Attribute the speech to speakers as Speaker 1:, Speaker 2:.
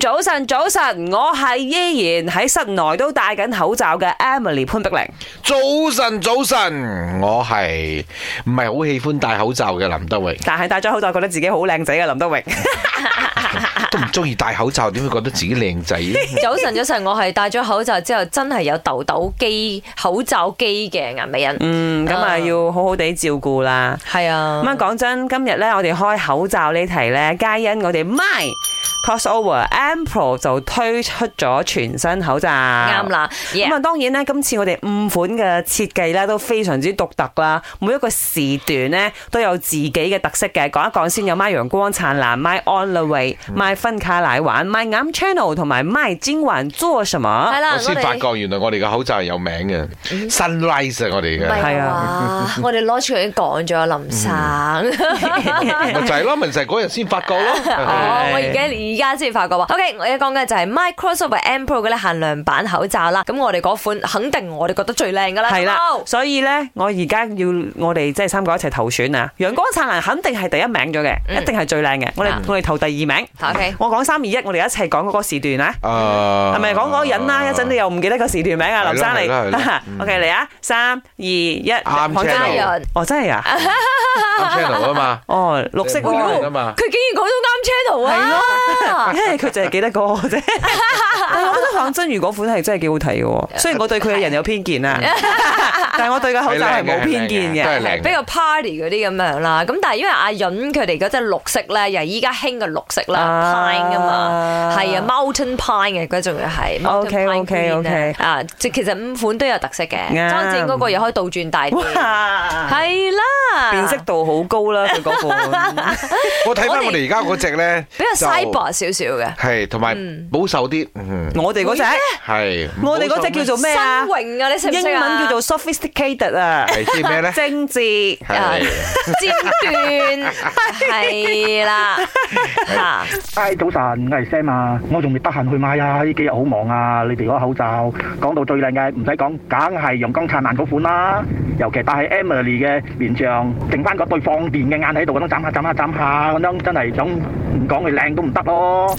Speaker 1: 早晨，早晨，我係依然喺室內都戴緊口罩嘅 Emily 潘碧玲。
Speaker 2: 早晨，早晨，我係唔係好喜歡戴口罩嘅林德榮，
Speaker 1: 但係戴咗口罩，覺得自己好靚仔嘅林德榮。
Speaker 2: 都唔中意戴口罩，點會覺得自己靚仔呢？
Speaker 3: 早晨，早晨，我係戴咗口罩之後，真係有痘痘肌、口罩肌嘅顏美人。
Speaker 1: 嗯， 咁啊
Speaker 3: 啊
Speaker 1: 要好好地照顧啦。
Speaker 3: 係啊
Speaker 1: 咁，啊講真，今日咧我哋開口罩呢題咧，皆因我哋 My Crossover M Pro 就推出咗全新口罩。
Speaker 3: 啱
Speaker 1: 啱。
Speaker 3: 啦。
Speaker 1: 咁
Speaker 3: Yeah
Speaker 1: 啊，當然咧，今次我哋五款嘅設計咧都非常之獨特啦。每一個時段咧都有自己嘅特色嘅。講一講先，有 My 陽光燦爛、My On The Way、My
Speaker 3: 嗯
Speaker 1: 分卡奶玩、My 啱 Channel 同埋 My 今晚做什麼
Speaker 3: 係。啦，
Speaker 2: 我先發
Speaker 3: 哋啊
Speaker 2: 覺原來我哋嘅口罩係有名嘅，Sunrise 啊我哋
Speaker 3: 唔係
Speaker 2: 嘅，
Speaker 1: 係
Speaker 3: 啊，我哋攞出嚟已經講咗啊林生。
Speaker 1: 嗯
Speaker 2: 咪就係咯，咪就係嗰日先發覺咯。
Speaker 3: 哦，我而家而家先發覺話，OK，我而家講嘅就係 Microsoft M Pro 嘅咧限量版口罩啦。咁我哋嗰款肯定我哋覺得最靚噶啦。
Speaker 1: 係啦
Speaker 3: 好，
Speaker 1: 所以咧，我而家要我哋即係三個一齊投選啊！陽光燦爛肯定係第一名咗嘅，
Speaker 3: 嗯
Speaker 1: 一定係最靚嘅。我哋
Speaker 3: 啊
Speaker 1: 我哋投第二名。
Speaker 3: ，OK，
Speaker 1: 我講三二一，我哋一齊講嗰個時段啊！
Speaker 2: 誒
Speaker 1: 係咪講嗰個人啦？一陣你又唔記得個時段名啊，
Speaker 2: Ờ. 係咯
Speaker 1: 林生你
Speaker 2: 係咯 係咯。嗯
Speaker 1: OK 嚟啊，三二一，
Speaker 2: 啱
Speaker 1: 講真
Speaker 2: channel
Speaker 3: 嘉潤
Speaker 1: 哦，真 係啊！
Speaker 2: 啱 channel 啊嘛，
Speaker 1: 哦，綠色
Speaker 2: 你唔記
Speaker 1: 嗰
Speaker 2: 得啊
Speaker 1: 個，
Speaker 2: 嘛，
Speaker 3: 佢竟然講到啱 channel 啊！
Speaker 1: 因為佢就係記得嗰 個啫。但係我覺得講真，如嗰款係真係幾好睇嘅喎。雖然我對佢嘅人有偏 見啦，但係我對個口罩係冇偏見
Speaker 2: 係靚嘅係靚嘅真
Speaker 1: 嘅。
Speaker 2: 係靚
Speaker 3: 比
Speaker 2: 嘅。
Speaker 3: 較 party 嗰啲咁樣啦，咁但係因為阿潤佢哋嗰隻綠色咧，又係依家興嘅綠色啦，pine 啊嘛，係啊，mountain pine 嘅嗰種又係 mountain pine
Speaker 1: OK，OK，
Speaker 3: green 啊
Speaker 1: OK
Speaker 3: 啊，即其實五款都有特色嘅，
Speaker 1: 啱
Speaker 3: 裝正嗰個又可以倒轉大啲，
Speaker 1: 哇！
Speaker 3: 係 啦，
Speaker 1: 辨識度好高啦，佢 嗰款
Speaker 2: 我睇翻我哋而家嗰只咧，
Speaker 3: 比較
Speaker 2: 就
Speaker 3: cyber 少少嘅，
Speaker 2: 係同埋保守啲， 嗯
Speaker 1: 我哋嗰只，
Speaker 2: 係。
Speaker 1: 我哋嗰只叫做咩啊
Speaker 3: 新？穎啊，你識唔
Speaker 1: 英
Speaker 3: 識啊？
Speaker 1: 文叫做 sophisticated 啊，
Speaker 2: 係知 咩咧？
Speaker 1: 精緻。
Speaker 2: 係
Speaker 3: 尖 端，係啦，嚇。
Speaker 4: 嗨，早晨，我係 Sam 啊，我仲未得閒去買啊，呢幾日好忙啊。你哋嗰個口罩講到最靚嘅，唔使講，梗係陽光燦爛嗰款啦。尤其戴喺 Emily 嘅面上，剩翻嗰對放電嘅眼喺度，咁樣眨下眨下眨下，咁樣真係想唔講佢靚都唔得咯。